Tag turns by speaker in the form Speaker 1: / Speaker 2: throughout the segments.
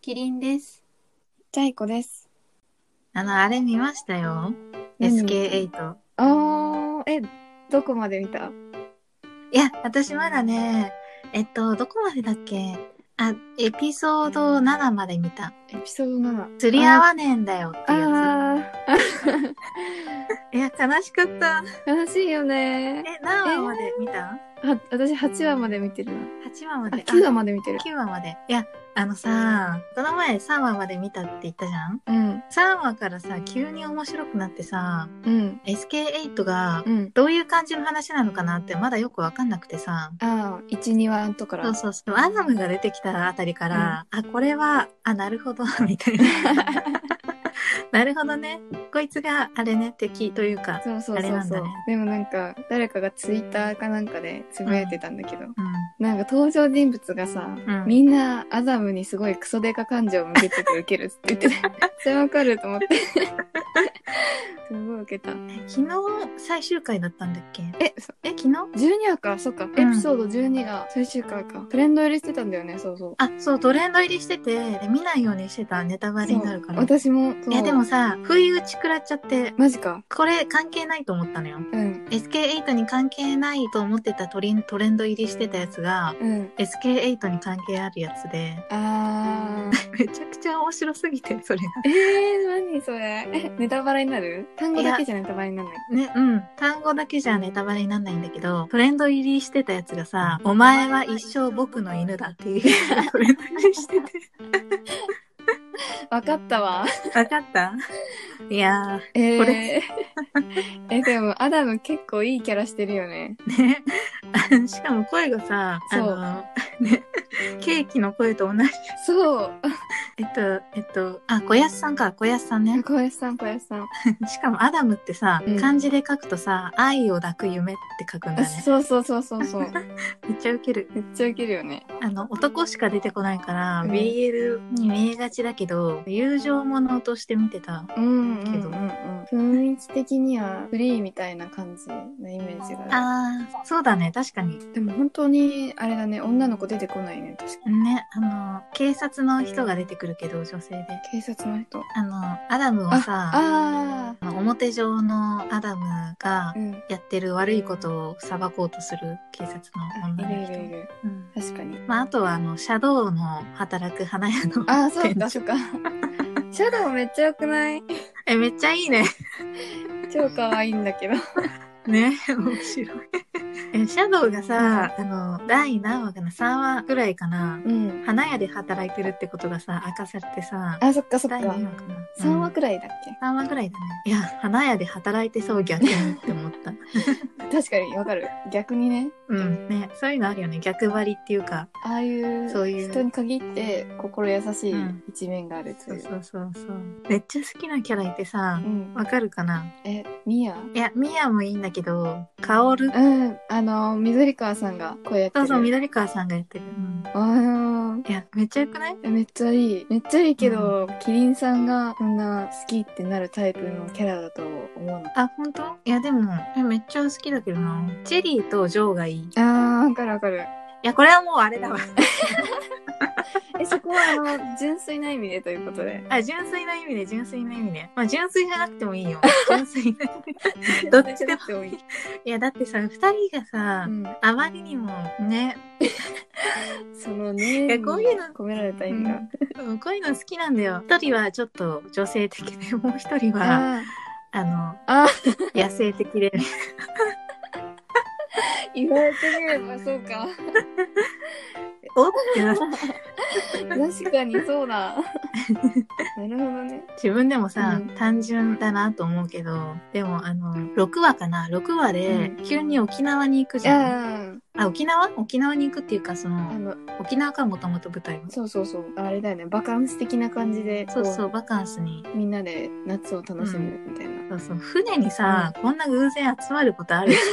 Speaker 1: キリンです。
Speaker 2: ジャイコです。
Speaker 1: あの、あれ見ましたよ。
Speaker 2: 何
Speaker 1: SK8。
Speaker 2: あー、え、どこまで見た
Speaker 1: いや、私まだね、えっと、どこまでだっけあ、エピソード7まで見た。
Speaker 2: エピソード7。
Speaker 1: 釣り合わねえんだよってや
Speaker 2: あ
Speaker 1: つ。いや、悲しかった。
Speaker 2: ー、悲しいよね。
Speaker 1: え、何話まで見た、
Speaker 2: は私8話まで見てるな。
Speaker 1: ?8 話ま
Speaker 2: あ、
Speaker 1: で。
Speaker 2: 9話まで見てる。
Speaker 1: 9話まで。いや、あのさ、この前3話まで見たって言ったじゃん
Speaker 2: うん、
Speaker 1: ?3 話からさ、急に面白くなってさ、
Speaker 2: うん、
Speaker 1: SK8 が
Speaker 2: うん。
Speaker 1: どういう感じの話なのかなってまだよくわかんなくてさ、
Speaker 2: あー、1、2話とから。
Speaker 1: そうそうそう。アダムが出てきたあたりから、あ、これは、あ、なるほど、みたいな。なるほどね。こいつがあれね、敵というか。
Speaker 2: そうそ
Speaker 1: あ
Speaker 2: う
Speaker 1: れ
Speaker 2: そう
Speaker 1: なん
Speaker 2: そう、
Speaker 1: だね
Speaker 2: でもなんか誰かがツイッターかなんかでつぶやいてたんだけど、
Speaker 1: う
Speaker 2: なんか登場人物がさ、
Speaker 1: うん
Speaker 2: みんなアダムにすごいクソデカ感情を向けててウケるって言ってて めっちゃわかると思って すごいウケた
Speaker 1: ん。昨日、最終回だったんだっけ
Speaker 2: えそ
Speaker 1: え、昨日
Speaker 2: 12話かそっか、エピソード12が最終回かトレンド入りしてたんだよねそうそう
Speaker 1: あ、そう、トレンド入りしてて、で見ないようにしてたネタバレになるから。い
Speaker 2: 私もそう
Speaker 1: や、でもさ、不意打ち食らっちゃって、
Speaker 2: マジか
Speaker 1: これ関係ないと思ったのよ。
Speaker 2: うん
Speaker 1: SK8 に関係ないと思ってたトリントレンド入りしてたやつが、
Speaker 2: うん
Speaker 1: SK8 に関係あるやつで、
Speaker 2: あー
Speaker 1: めちゃくちゃ面白すぎて、それが。
Speaker 2: えー、何それえネタバレになる単語だけじゃネタバレにならない
Speaker 1: ね、うん。単語だけじゃネタバレになんないんだけど、トレンド入りしてたやつがさ、お前は一生僕の犬だっていう トレンド入りしてて。
Speaker 2: わかったわ
Speaker 1: わかったいや
Speaker 2: えー、
Speaker 1: これ
Speaker 2: えでもアダム結構いいキャラしてるよね
Speaker 1: ー、 ね。あしかも声がさ、あ
Speaker 2: そう
Speaker 1: の、ね、ケーキの声と同じ。
Speaker 2: そう
Speaker 1: えっと、えっと、あ、小安さんか、小安さんね。
Speaker 2: 小林さん小林さん、
Speaker 1: しかもアダムってさ、
Speaker 2: うん
Speaker 1: 漢字で書くとさ、愛を抱く夢って書くんだね。
Speaker 2: そうそうそうそうそう
Speaker 1: めっちゃウケる。
Speaker 2: めっちゃウケるよね
Speaker 1: あの、男しか出てこないから、
Speaker 2: うん
Speaker 1: BL に見えがちだけど、友情ものとして見てた。
Speaker 2: うんうん
Speaker 1: けど
Speaker 2: うん雰囲気的にはフリーみたいな感じのイメージがある
Speaker 1: ああ、そうだね、確かに。
Speaker 2: でも本当にあれだね女の子出てこないね確か
Speaker 1: ね、あの、警察の人が出てくるけど、女性で。
Speaker 2: 警察の人
Speaker 1: あの、アダムをさ、
Speaker 2: ああ
Speaker 1: 表上のアダムが
Speaker 2: うん
Speaker 1: やってる悪いことを裁こうとする警察の
Speaker 2: い
Speaker 1: 女
Speaker 2: る
Speaker 1: の
Speaker 2: い
Speaker 1: 人。
Speaker 2: るいる
Speaker 1: うん
Speaker 2: 確かに
Speaker 1: まあ、あとは、あの、シャドウの働く花屋の。
Speaker 2: ああそう
Speaker 1: 店
Speaker 2: だ
Speaker 1: 長
Speaker 2: そうかシャドウめっちゃ良くない
Speaker 1: え、めっちゃいいね。
Speaker 2: 超可愛いん だけど
Speaker 1: ね、面白い。え、シャドウがさ、あの、第何話かな ?3 話ぐらいかな
Speaker 2: うん
Speaker 1: 花屋で働いてるってことがさ、明かされてさ、
Speaker 2: あそっかそっか
Speaker 1: 第何話かな
Speaker 2: 3話
Speaker 1: うん
Speaker 2: くらいだっけ
Speaker 1: 三話ぐらいだね。いや、花屋で働いてそう逆にって思った。
Speaker 2: 確かにわかる逆にね
Speaker 1: うん。ね、そういうのあるよね。逆張りっていうか。
Speaker 2: ああいう
Speaker 1: そういう
Speaker 2: 人に限って心優しい
Speaker 1: うん
Speaker 2: 一面があると
Speaker 1: そ
Speaker 2: いうう、
Speaker 1: そうそうそう。めっちゃ好きなキャラいてさ
Speaker 2: う、ん、
Speaker 1: わかるかな
Speaker 2: えミア
Speaker 1: いや、ミヤもいいんだけど、カオル。
Speaker 2: うんあの緑川さんが声やって
Speaker 1: そ
Speaker 2: る
Speaker 1: うそう、緑川さんがやってる。うん。
Speaker 2: あの
Speaker 1: いや、めっちゃよくない
Speaker 2: めっちゃいいめっちゃいいけど、キリンさんがそんな好きってなるタイプのキャラだと思うの
Speaker 1: あ、本当？いや、でも、えめっちゃ好きだけどな。チェリーとジョーがいい。い
Speaker 2: あーわかるわかる
Speaker 1: や、これはもうあれだわ。
Speaker 2: えそこはあの 純粋な意味でということで
Speaker 1: あ、純粋な意味で、純粋な意味で。まあ、純粋じゃなくてもいいよ。純粋な。どっちでも
Speaker 2: もいい、
Speaker 1: いや、だってさ、二人がさ、
Speaker 2: うん、
Speaker 1: あまりにもね、
Speaker 2: そのね
Speaker 1: いやこういうの
Speaker 2: 込められた意味が、
Speaker 1: うんこういうの好きなんだよ。一人はちょっと女性的で、もう一人は、
Speaker 2: あー
Speaker 1: あの、
Speaker 2: あ
Speaker 1: 野生的で。
Speaker 2: ー言われてみればそうか
Speaker 1: おってな
Speaker 2: 確かにそう だなるほどね
Speaker 1: 自分でもさ、
Speaker 2: うん
Speaker 1: 単純だなと思うけど、でもあの、6話かな ?6 話で、急に沖縄に行くじゃん。
Speaker 2: あ
Speaker 1: あ、沖縄沖縄に行くっていうか、そ
Speaker 2: あ
Speaker 1: の、
Speaker 2: の
Speaker 1: 沖縄かもともと舞台は。
Speaker 2: そうそうそうあれだよねバカンス的な感じで
Speaker 1: そうそうう、バカンスに。
Speaker 2: みんなで夏を楽しむみたいな、
Speaker 1: そうそう、船にさ、こんな偶然集まることある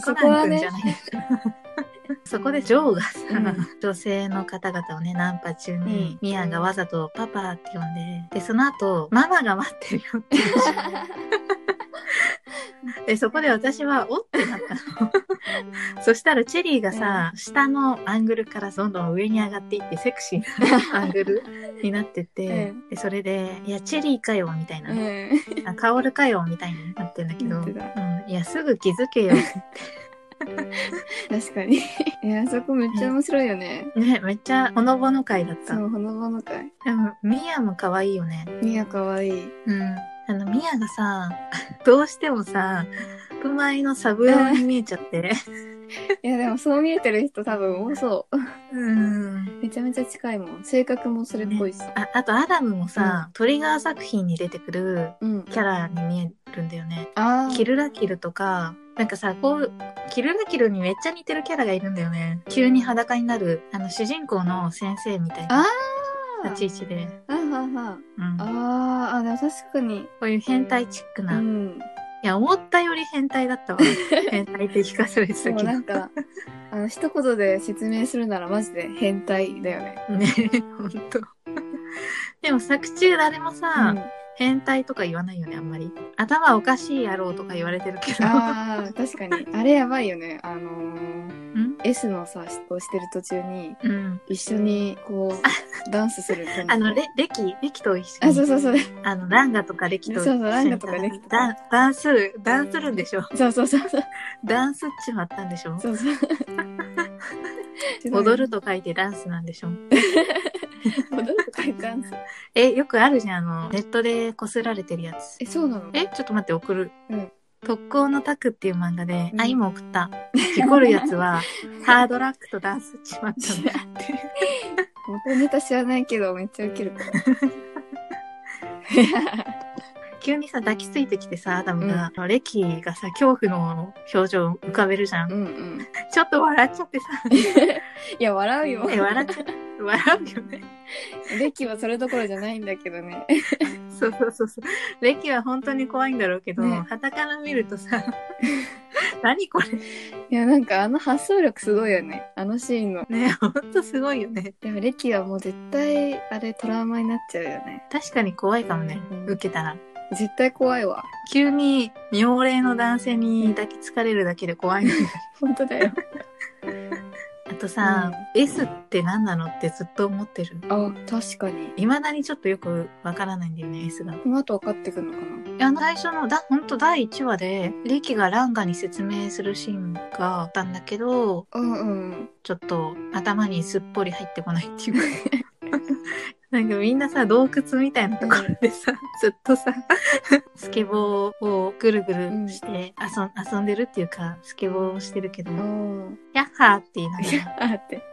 Speaker 2: そこは
Speaker 1: コナン君
Speaker 2: ね
Speaker 1: じゃないそこでジョーがさ、
Speaker 2: うん
Speaker 1: 女性の方々をね、ナンパ中
Speaker 2: う
Speaker 1: に
Speaker 2: ん、
Speaker 1: ミアがわざとパパって呼んで、で、その後、ママが待ってるよっていうで、そこで私は、おってなったの。そしたらチェリーがさ、下のアングルからどんどん上に上がっていって、セクシー なアングルになってて、
Speaker 2: うん
Speaker 1: でそれで、いや、チェリーかよ、みたいな
Speaker 2: う
Speaker 1: ね。
Speaker 2: ん。
Speaker 1: あカオルかよ、みたいになってんだけど、う
Speaker 2: なっ
Speaker 1: ん
Speaker 2: てた、
Speaker 1: いや、すぐ気づけよ。
Speaker 2: 確かに。いや、あそこめっちゃ面白いよね。
Speaker 1: ね、めっちゃほのぼの回だった。
Speaker 2: そう、ほのぼの会。
Speaker 1: でも、ミヤも可愛いよね。
Speaker 2: ミヤかわいい。
Speaker 1: うん。あの、ミヤがさ、 どうしてもさ、プマイのサブ用に見えちゃって。
Speaker 2: いや、でもそう見えてる人多分多そう。
Speaker 1: うん。
Speaker 2: めちゃめちゃ近いもん。性格もそれっぽいし。
Speaker 1: あ、あとアダムもさ、トリガー作品に出てくる
Speaker 2: うん。
Speaker 1: キャラに見えるんだよね。
Speaker 2: ああ。
Speaker 1: キルラキルとか、なんかさ、こう、キルラキルにめっちゃ似てるキャラがいるんだよね。急に裸になる、あの、主人公の先生みたいな
Speaker 2: ああ
Speaker 1: 立ち位置で。
Speaker 2: あはは。
Speaker 1: うん。こ
Speaker 2: あーあ、でも確かに。
Speaker 1: ういう変態チック
Speaker 2: う
Speaker 1: な。い
Speaker 2: ん。
Speaker 1: や、思ったより変態だ ったわ。変態って聞かされて
Speaker 2: そ
Speaker 1: た
Speaker 2: う、
Speaker 1: けど
Speaker 2: な。んか、あの、一言で説明するならマジで変態だよね。
Speaker 1: ね、ほんと。 でも作中誰もさ、
Speaker 2: うん、
Speaker 1: 変態とか言わないよね、あんまり。頭おかしいやろうとか言われてるけど。
Speaker 2: ああ、確かに。あれやばいよね。あのー、
Speaker 1: うん、
Speaker 2: S のさ、執行してる途中に、
Speaker 1: うん。
Speaker 2: 一緒に、こう、ダンスする感じ。
Speaker 1: あの、レ、レキ、レキと一緒
Speaker 2: あ、
Speaker 1: に。
Speaker 2: そうそうそう。
Speaker 1: あの、ランガとかレキと一緒に。
Speaker 2: そうそうランガとかレキと
Speaker 1: ダン、ダンスる、ダンスるんでしょ。
Speaker 2: そうそうそうそう。
Speaker 1: ダンスっちまったんでしょ。
Speaker 2: そうそう。
Speaker 1: 踊ると書いてダンスなんでしょ。
Speaker 2: 踊るとか言ったんです
Speaker 1: え、よくあるじゃん、あの、ネットで擦られてるやつ。
Speaker 2: え、そうな の
Speaker 1: え、ちょっと待って、送る。
Speaker 2: うん
Speaker 1: 特攻のタクっていう漫画で、
Speaker 2: うん
Speaker 1: あ、今送った。事故るやつ は、ハードラックとダンスっちまったんだって。
Speaker 2: 元ネタ知らないけど、めっちゃウケる から。
Speaker 1: 急にさ、抱きついてきてさ、アダムが、あのレキがさ、恐怖の表情を浮かべるじゃん。
Speaker 2: うんうん。
Speaker 1: ちょっと笑っちゃってさ、
Speaker 2: いや、笑うよ。
Speaker 1: え笑っちゃう。笑うよね。
Speaker 2: レキはそれどころじゃないんだけどね。
Speaker 1: そうそうそうそう。レキは本当に怖いんだろうけど、
Speaker 2: ね
Speaker 1: 傍から見ると さ、何これ
Speaker 2: いや、なんかあの発想力すごいよね。あのシーンの。
Speaker 1: ね、ほんとすごいよね。
Speaker 2: でも、レキはもう絶対、あれ、トラウマになっちゃうよね。
Speaker 1: 確かに怖いかもね
Speaker 2: うん、
Speaker 1: 受けたら。
Speaker 2: 絶対怖いわ。
Speaker 1: 急に妙齢の男性に抱きつかれるだけで怖いの に。
Speaker 2: 本当だよ。
Speaker 1: あとさ、S って何なのってずっと思ってる。
Speaker 2: あ、確かに。
Speaker 1: 未だにちょっとよくわからないんだよね、S が。
Speaker 2: この後分かってくるのか
Speaker 1: いや、最初の、だ、ほんと第1話で、リキがランガに説明するシーンがあったんだけど、
Speaker 2: なうんうん。
Speaker 1: ちょっと頭にすっぽり入ってこないっていうか。 なんかみんなさ、洞窟みたいなところでさ、ずっとさ、スケボーをぐるぐるして遊,、ん、遊んでるっていうか、スケボーをしてるけど、
Speaker 2: あ
Speaker 1: ヤッハーって言いな がら、
Speaker 2: あ。あって。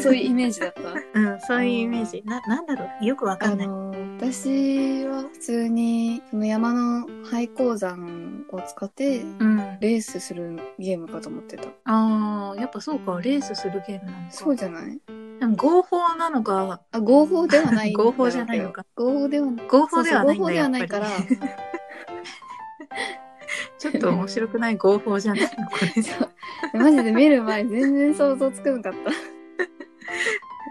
Speaker 2: そういうイメージ だった。
Speaker 1: うん、そういうイメージ。な、なんだろうよくわ
Speaker 2: あ
Speaker 1: かんない。
Speaker 2: の私は普通にその山の廃鉱山を使って
Speaker 1: うん。
Speaker 2: レースするゲームかと思ってた
Speaker 1: ああ、やっぱそうか、レースするゲームなんだ。
Speaker 2: そうじゃない
Speaker 1: でも合法なのか、
Speaker 2: あ合法ではな い
Speaker 1: 合法じゃないのか
Speaker 2: 合法ではない
Speaker 1: 合法ではないん
Speaker 2: そうそう合法
Speaker 1: だ
Speaker 2: で
Speaker 1: よ
Speaker 2: はないから
Speaker 1: やっぱりちょっと面白くない合法じゃないのこれ
Speaker 2: そう マジで見る前全然想像つかなかった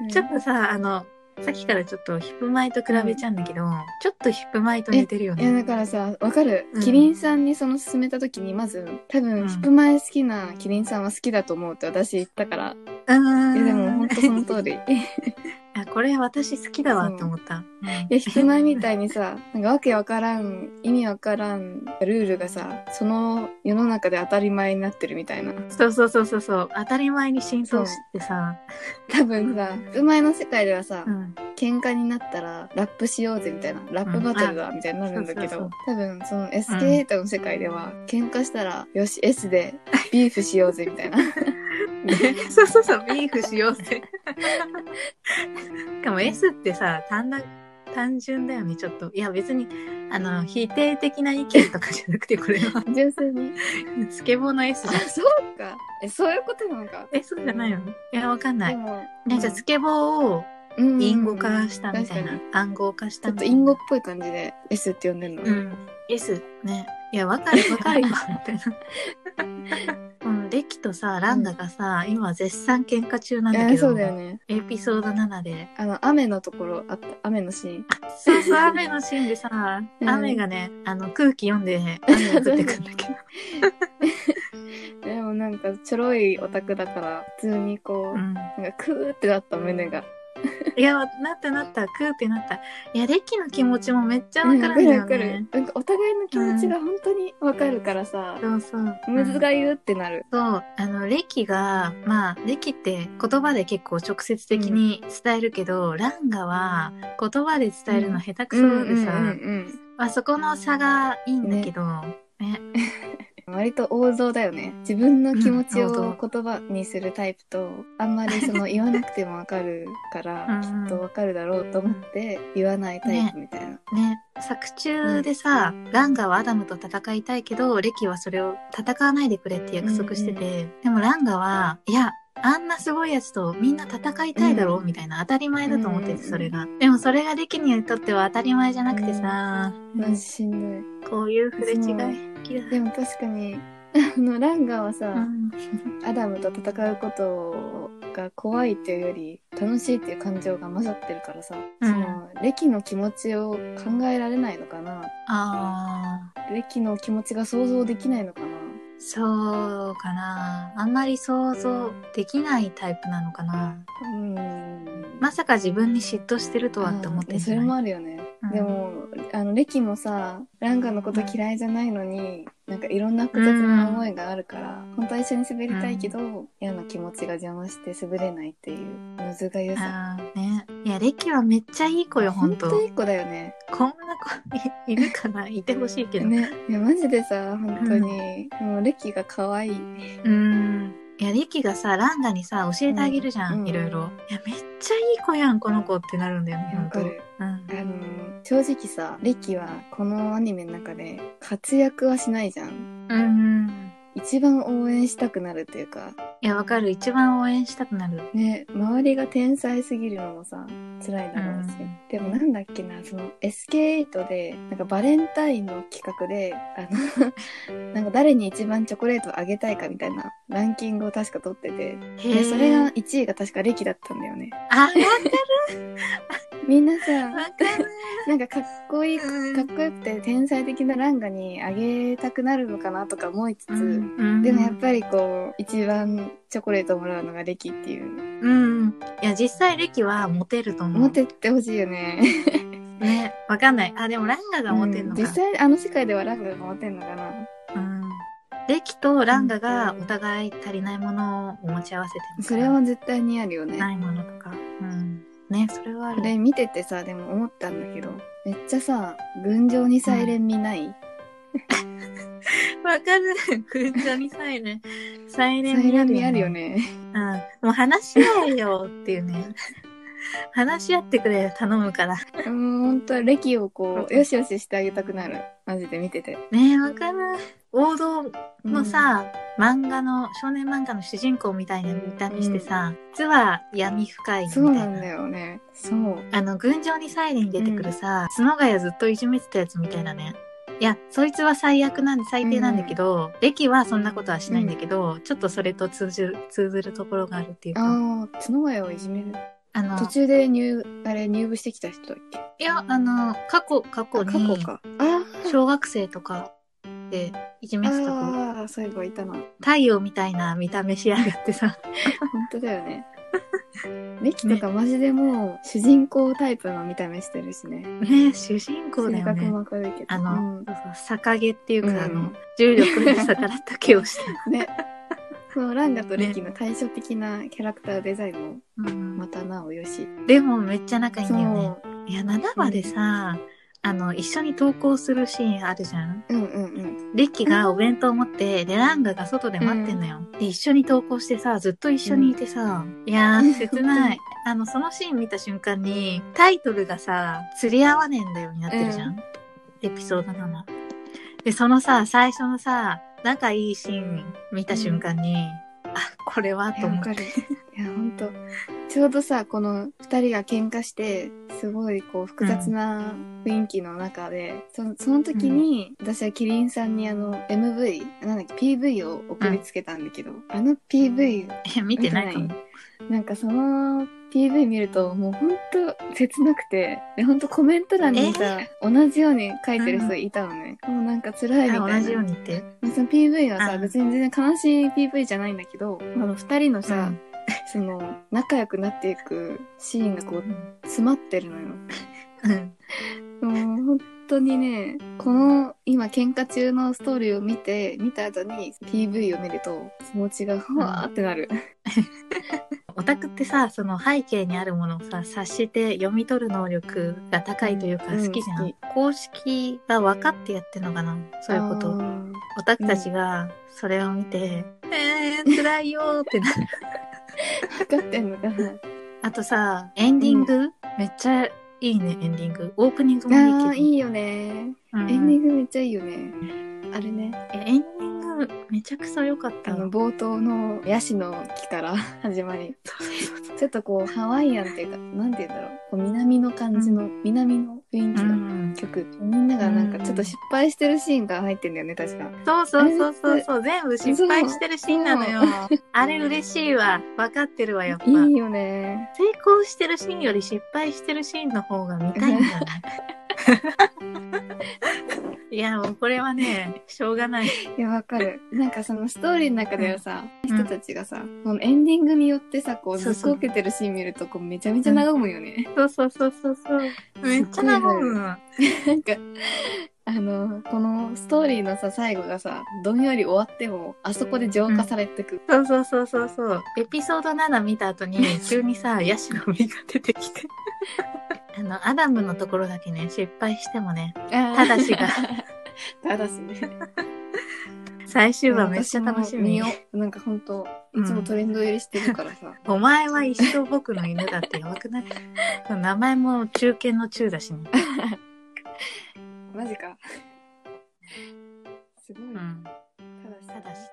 Speaker 2: うん
Speaker 1: ちょっとさあのさっきからちょっとヒップマイと比べちゃうんだけど、ちょっとヒップマイと似てるよ
Speaker 2: いや
Speaker 1: ね
Speaker 2: だからさわかる、
Speaker 1: うん
Speaker 2: キリンさんにその勧めた時にまず多
Speaker 1: う
Speaker 2: 分
Speaker 1: ん
Speaker 2: ヒップ前好きなキリンさんは好きだと思うって私言ったから、
Speaker 1: うーん
Speaker 2: いやでも本当その 通り
Speaker 1: あこれ私好きだわって思った
Speaker 2: いや、人前みたいにさ、なんかわけわからん、意味わからんルールがさ、その世の中で当たり前になってるみたいな。
Speaker 1: そうそうそうそうそう当たり前に真相知ってさ
Speaker 2: 多分さ、前の世界ではさ
Speaker 1: う、ん
Speaker 2: 喧嘩になったらラップしようぜみたいな、ラップバトルだみたいになるんだけ
Speaker 1: そうそ
Speaker 2: ど
Speaker 1: う、
Speaker 2: 多分そのエスケーターの世界では、喧嘩したら、よし、S でビーフしようぜみた いな。
Speaker 1: ね そうそうそうビーフしようぜしかも S ってさ単な単純だよねちょっといや別にあの否定的な意見とかじゃなくてこれ は
Speaker 2: 純粋に。
Speaker 1: スケボーの S
Speaker 2: あ
Speaker 1: じゃん、
Speaker 2: そうか。え、そういうことなのか。
Speaker 1: え、そうじゃないよね。いや、わかんな
Speaker 2: で
Speaker 1: い。
Speaker 2: も、
Speaker 1: ね、じゃあ、スケボーを
Speaker 2: うん
Speaker 1: 隠語化したみたいな
Speaker 2: 確。
Speaker 1: 暗号化し
Speaker 2: ち
Speaker 1: た
Speaker 2: ょっ
Speaker 1: み
Speaker 2: と
Speaker 1: たい
Speaker 2: イン
Speaker 1: な。
Speaker 2: ゴっぽい感じで S って呼んでる の。
Speaker 1: うん。S、ね。いや、わかる、わかるよ、みたいな。うん、レキとさ、ランダがさ、今絶賛喧嘩中なんだ
Speaker 2: あ
Speaker 1: けど、
Speaker 2: そうだよね。
Speaker 1: エピソード7で、
Speaker 2: あの、雨のところあった、雨のシーン。
Speaker 1: そうそう、雨のシーンでさ、
Speaker 2: うん
Speaker 1: 雨がね、あの、空気読んで、雨が降ってくんだけど。
Speaker 2: でもなんか、ちょろいオタクだから、普通にこう、
Speaker 1: うん
Speaker 2: なんか、クーってなった胸が。
Speaker 1: いや、なったなった、クーってなった。いや、レキの気持ちもめっちゃわかるんだよ
Speaker 2: わかるわ
Speaker 1: ね。
Speaker 2: かるなんか、お互いの気持ちが本当にわかるからさ、
Speaker 1: そうそう。
Speaker 2: むずがゆってなる。
Speaker 1: そう、あの、レキが、まあ、レキって言葉で結構直接的に伝えるけど、ランガは言葉で伝えるの下手くそでさ、
Speaker 2: うんうん
Speaker 1: まあそこの差がいいんだけど、
Speaker 2: うん割と王道だよね。自分の気持ち
Speaker 1: うん
Speaker 2: を
Speaker 1: 王
Speaker 2: 言葉にするタイプと、あんまりその言わなくてもわかるから
Speaker 1: うん、
Speaker 2: きっとわかるだろうと思って、言わないタイプみたいな。
Speaker 1: ね、作中でさ、ランガはアダムと戦いたいけど、レキはそれを戦わないでくれって約束してて、でもランガは、いや、あんなすごいやつとみんな戦いたいだろう
Speaker 2: うん
Speaker 1: みたいな当たり前だと思って
Speaker 2: うん
Speaker 1: て、それが。でもそれがレキにとっては当たり前じゃなくてさ、
Speaker 2: マジしんどい。
Speaker 1: こういう触れ違い好きだ。
Speaker 2: でも確かに、 あの、ランガはさ、
Speaker 1: うん
Speaker 2: アダムと戦うことが怖いっていうより、楽しいっていう感情が混ざってるからさ、
Speaker 1: うん
Speaker 2: その、レキの気持ちを考えられないのかな
Speaker 1: ああ、
Speaker 2: レキの気持ちが想像できないのかな
Speaker 1: そうかな。あんまり想像できないタイプなのかな。
Speaker 2: うん。
Speaker 1: まさか自分に嫉妬してるとはって思って
Speaker 2: あ
Speaker 1: ん
Speaker 2: ーそ
Speaker 1: じゃ
Speaker 2: れ
Speaker 1: ない
Speaker 2: もあるよね。
Speaker 1: うん
Speaker 2: でも、あの、レキもさ、ランガのこと嫌いじゃないのに、なんかいろんな複雑な思いがあるから、本当は一緒に滑りたいけど、嫌な気持ちが邪魔して滑れないっていう、むずがゆさ。
Speaker 1: あーね。いや、レキはめっちゃいい子よ、本当
Speaker 2: ほんといい子だよね。
Speaker 1: こんな子いるかないてほしいけど。
Speaker 2: ね。いや、マジでさ、本当に、もうレキが可愛い。
Speaker 1: うん。いや、レキがさ、ランガにさ、教えてあげるじゃ
Speaker 2: うん
Speaker 1: ん、
Speaker 2: うん
Speaker 1: いろいろ。いや、めっちゃいい子やん、この子ってなるんだよね、
Speaker 2: わ
Speaker 1: 本当
Speaker 2: かる。あの、正直さ、レキはこのアニメの中で活躍はしないじゃん。
Speaker 1: うん。うん。
Speaker 2: 一番応援したくなるというか、
Speaker 1: いや、わかる。一番応援したくなる。
Speaker 2: ね周りが天才すぎるのもさ辛いだろうし、
Speaker 1: うん
Speaker 2: でもなんだっけなその SK8 でなんかバレンタインの企画であの なんか誰に一番チョコレートをあげたいかみたいなランキングを確か取って
Speaker 1: へ
Speaker 2: てで
Speaker 1: え。
Speaker 2: それが、1位が確かレキだったんだよね
Speaker 1: あ、
Speaker 2: みんな さ
Speaker 1: わかる。
Speaker 2: なんかかっこいいか
Speaker 1: うん
Speaker 2: っこよくて天才的なランガにあげたくなるのかなとか思いつつ、
Speaker 1: うん
Speaker 2: でもやっぱりこう一番チョコレートをもらうのがレキっていう
Speaker 1: うん。いや、実際、レキはモテると思う。
Speaker 2: 思ってってほしいよね
Speaker 1: ね。わかんない。あ、でも、ランガがモテるのか。
Speaker 2: うん実際あの世界ではランガがモテるのかな
Speaker 1: うん。レキとランガがお互い足りないものを持ち合わせてるのかな
Speaker 2: それは絶対にあるよね、
Speaker 1: ないものとか。うん。ね、それはあ
Speaker 2: こ
Speaker 1: る。
Speaker 2: れ見ててさでも思ったんだけどめっちゃさ群青にサイレン見ない、
Speaker 1: わかる。くんちゃにサイレン。サイレ
Speaker 2: サ
Speaker 1: ン
Speaker 2: イ
Speaker 1: 見
Speaker 2: レ
Speaker 1: あ
Speaker 2: ン
Speaker 1: るよ
Speaker 2: 見
Speaker 1: ね。
Speaker 2: あるよね
Speaker 1: うん。もう話し合えよっていうね。話し合ってくれよ、頼むから。
Speaker 2: もう本当はレキをこうよしよししてあげたくなるマジで見てて
Speaker 1: ねわかる。王道
Speaker 2: うん
Speaker 1: のさ、漫画の、少年漫画の主人公みたいな見た目してさ、実は闇深いみた
Speaker 2: そ
Speaker 1: いうな。
Speaker 2: なんだよねそう
Speaker 1: あの、群青にサイレンに出てくるさ、角がやずっといじめてたやつみたいなね。いや、そいつは最悪なんで、最低なんだけど、レキはそんなことはしないんだけど、ちょっとそれと通じる、通ずるところがあるっていうか、
Speaker 2: ああ角がをいじめる
Speaker 1: あの、
Speaker 2: 途中で入あれ入部してきた人だっけ
Speaker 1: いや、あの、過去、過去
Speaker 2: あ過去
Speaker 1: に、
Speaker 2: かあー
Speaker 1: 小学生とかでいじめてた子、
Speaker 2: あーそういえばいたな
Speaker 1: 太陽みたいな見た目しやがってさ、
Speaker 2: 本当だよね。レキとかマジでもう主人公タイプの見た目してるしね。
Speaker 1: ね、主人公だ
Speaker 2: 性
Speaker 1: よ
Speaker 2: 格
Speaker 1: ね。
Speaker 2: も明るいけど。
Speaker 1: あ
Speaker 2: う
Speaker 1: の、
Speaker 2: ん
Speaker 1: そうそう逆毛っていうか、あ
Speaker 2: うん
Speaker 1: の、重力に逆らった毛をした。
Speaker 2: ね。そのランガとレキの対照的なキャラクターデザインも
Speaker 1: うん
Speaker 2: またなおよし。
Speaker 1: でもめっちゃ仲いいん
Speaker 2: そ
Speaker 1: だよね。
Speaker 2: う。
Speaker 1: いや、7話でさ、あの、一緒に登校するシーンあるじゃん
Speaker 2: うんうんうん。
Speaker 1: レッキがお弁当持って、で、ランガが外で待ってんのよ。で、一緒に登校してさ、ずっと一緒にいてさ、いやー、切 ない。あの、そのシーン見た瞬間に、タイトルがさ、釣り合わねえんだよになってるじゃん、エピソード7。で、そのさ、最初のさ、仲いいシーン見た瞬間に、あ、これはいと
Speaker 2: や、わ
Speaker 1: 思っ
Speaker 2: か
Speaker 1: て。
Speaker 2: る。いや、ほんと。ちょうどさ、この二人が喧嘩して、すごいこう複雑な雰囲気の中で、そのその時に私はキリンさんにあの MV なんだっけ PV を送りつけたんだけど、あの PV
Speaker 1: え見てないか
Speaker 2: 見
Speaker 1: も
Speaker 2: て。なんかその PV 見るともうほんと切なくてでほんとコメント欄にさ、同じように書いてる人いたのね、もうなんか辛いみたいな
Speaker 1: あ同じように言って。
Speaker 2: まあその PV はさ、
Speaker 1: うん
Speaker 2: 別に全然悲しい PV じゃないんだけど、あの二人のさ、
Speaker 1: うん
Speaker 2: その仲良くなっていくシーンがこう詰まってるのよ。
Speaker 1: うん。
Speaker 2: もう本当にね、この今喧嘩中のストーリーを見て、見た後に PV を見ると気持ちがふわーってなる。
Speaker 1: オタクってさ、その背景にあるものをさ、察して読み取る能力が高いというか
Speaker 2: うん
Speaker 1: 好きじゃん。
Speaker 2: 好き
Speaker 1: 公式が分かってやってんのかなそういうこと
Speaker 2: あ
Speaker 1: を。
Speaker 2: ー
Speaker 1: オタクたちがそれを見て、えー、辛いよーってなる。
Speaker 2: わかってんのかな。
Speaker 1: あとさ、エンディング、めっちゃいいね、エンディング。オープニングもいいけど
Speaker 2: あ。ーいいよね。
Speaker 1: うん
Speaker 2: エンディングめっちゃいいよね。あれね、
Speaker 1: えエンディングめちゃくちゃ良かっ
Speaker 2: あ
Speaker 1: た。
Speaker 2: の冒頭のヤシの木から 始まり、
Speaker 1: そうそうそう
Speaker 2: ちょっとこうハワイアンっていうか、なんて言うんだろう、こう南の感じの、南の雰囲気
Speaker 1: う
Speaker 2: の
Speaker 1: ん
Speaker 2: 曲。みんながなんかちょっと失敗してるシーンが入ってんだよね、確か。
Speaker 1: そうそうそうそうそう全部失敗してるシーンなのよ。あれ嬉しいわ。分かってるわやっぱ。
Speaker 2: い
Speaker 1: 成
Speaker 2: いよね。
Speaker 1: 功してるシーンより失敗してるシーンの方が見たいんじゃない いやもうこれはねしょうがない。
Speaker 2: いや、わかる。なんかそのストーリーの中ではさ、
Speaker 1: うん
Speaker 2: 人たちがさ、このエンディングによってさ、こう、
Speaker 1: そう
Speaker 2: ずっ
Speaker 1: そう
Speaker 2: こけてるシーン見ると、こう、めちゃめちゃ長むよね。
Speaker 1: そうそうそうそうそう。めっちゃ長むの。
Speaker 2: なんか、あの、このストーリーのさ、最後がさ、どんより終わっても、あそこで浄化されてく。
Speaker 1: そうそうそうそうそう。エピソード7見た 後に、急にさ、ヤシの実が出てきて。 あの、アダムのところだけね、失敗してもね、
Speaker 2: あー
Speaker 1: ただし が。
Speaker 2: ただしね。
Speaker 1: 最終話めっちゃ楽しみ
Speaker 2: 私も。見ようなんかほんと、いつもトレンド入りしてるからさ。
Speaker 1: お前は一生僕の犬だってやばくない 名前も中堅の中だしね。
Speaker 2: マジか。すごい。
Speaker 1: うん。
Speaker 2: ただし。
Speaker 1: ただし。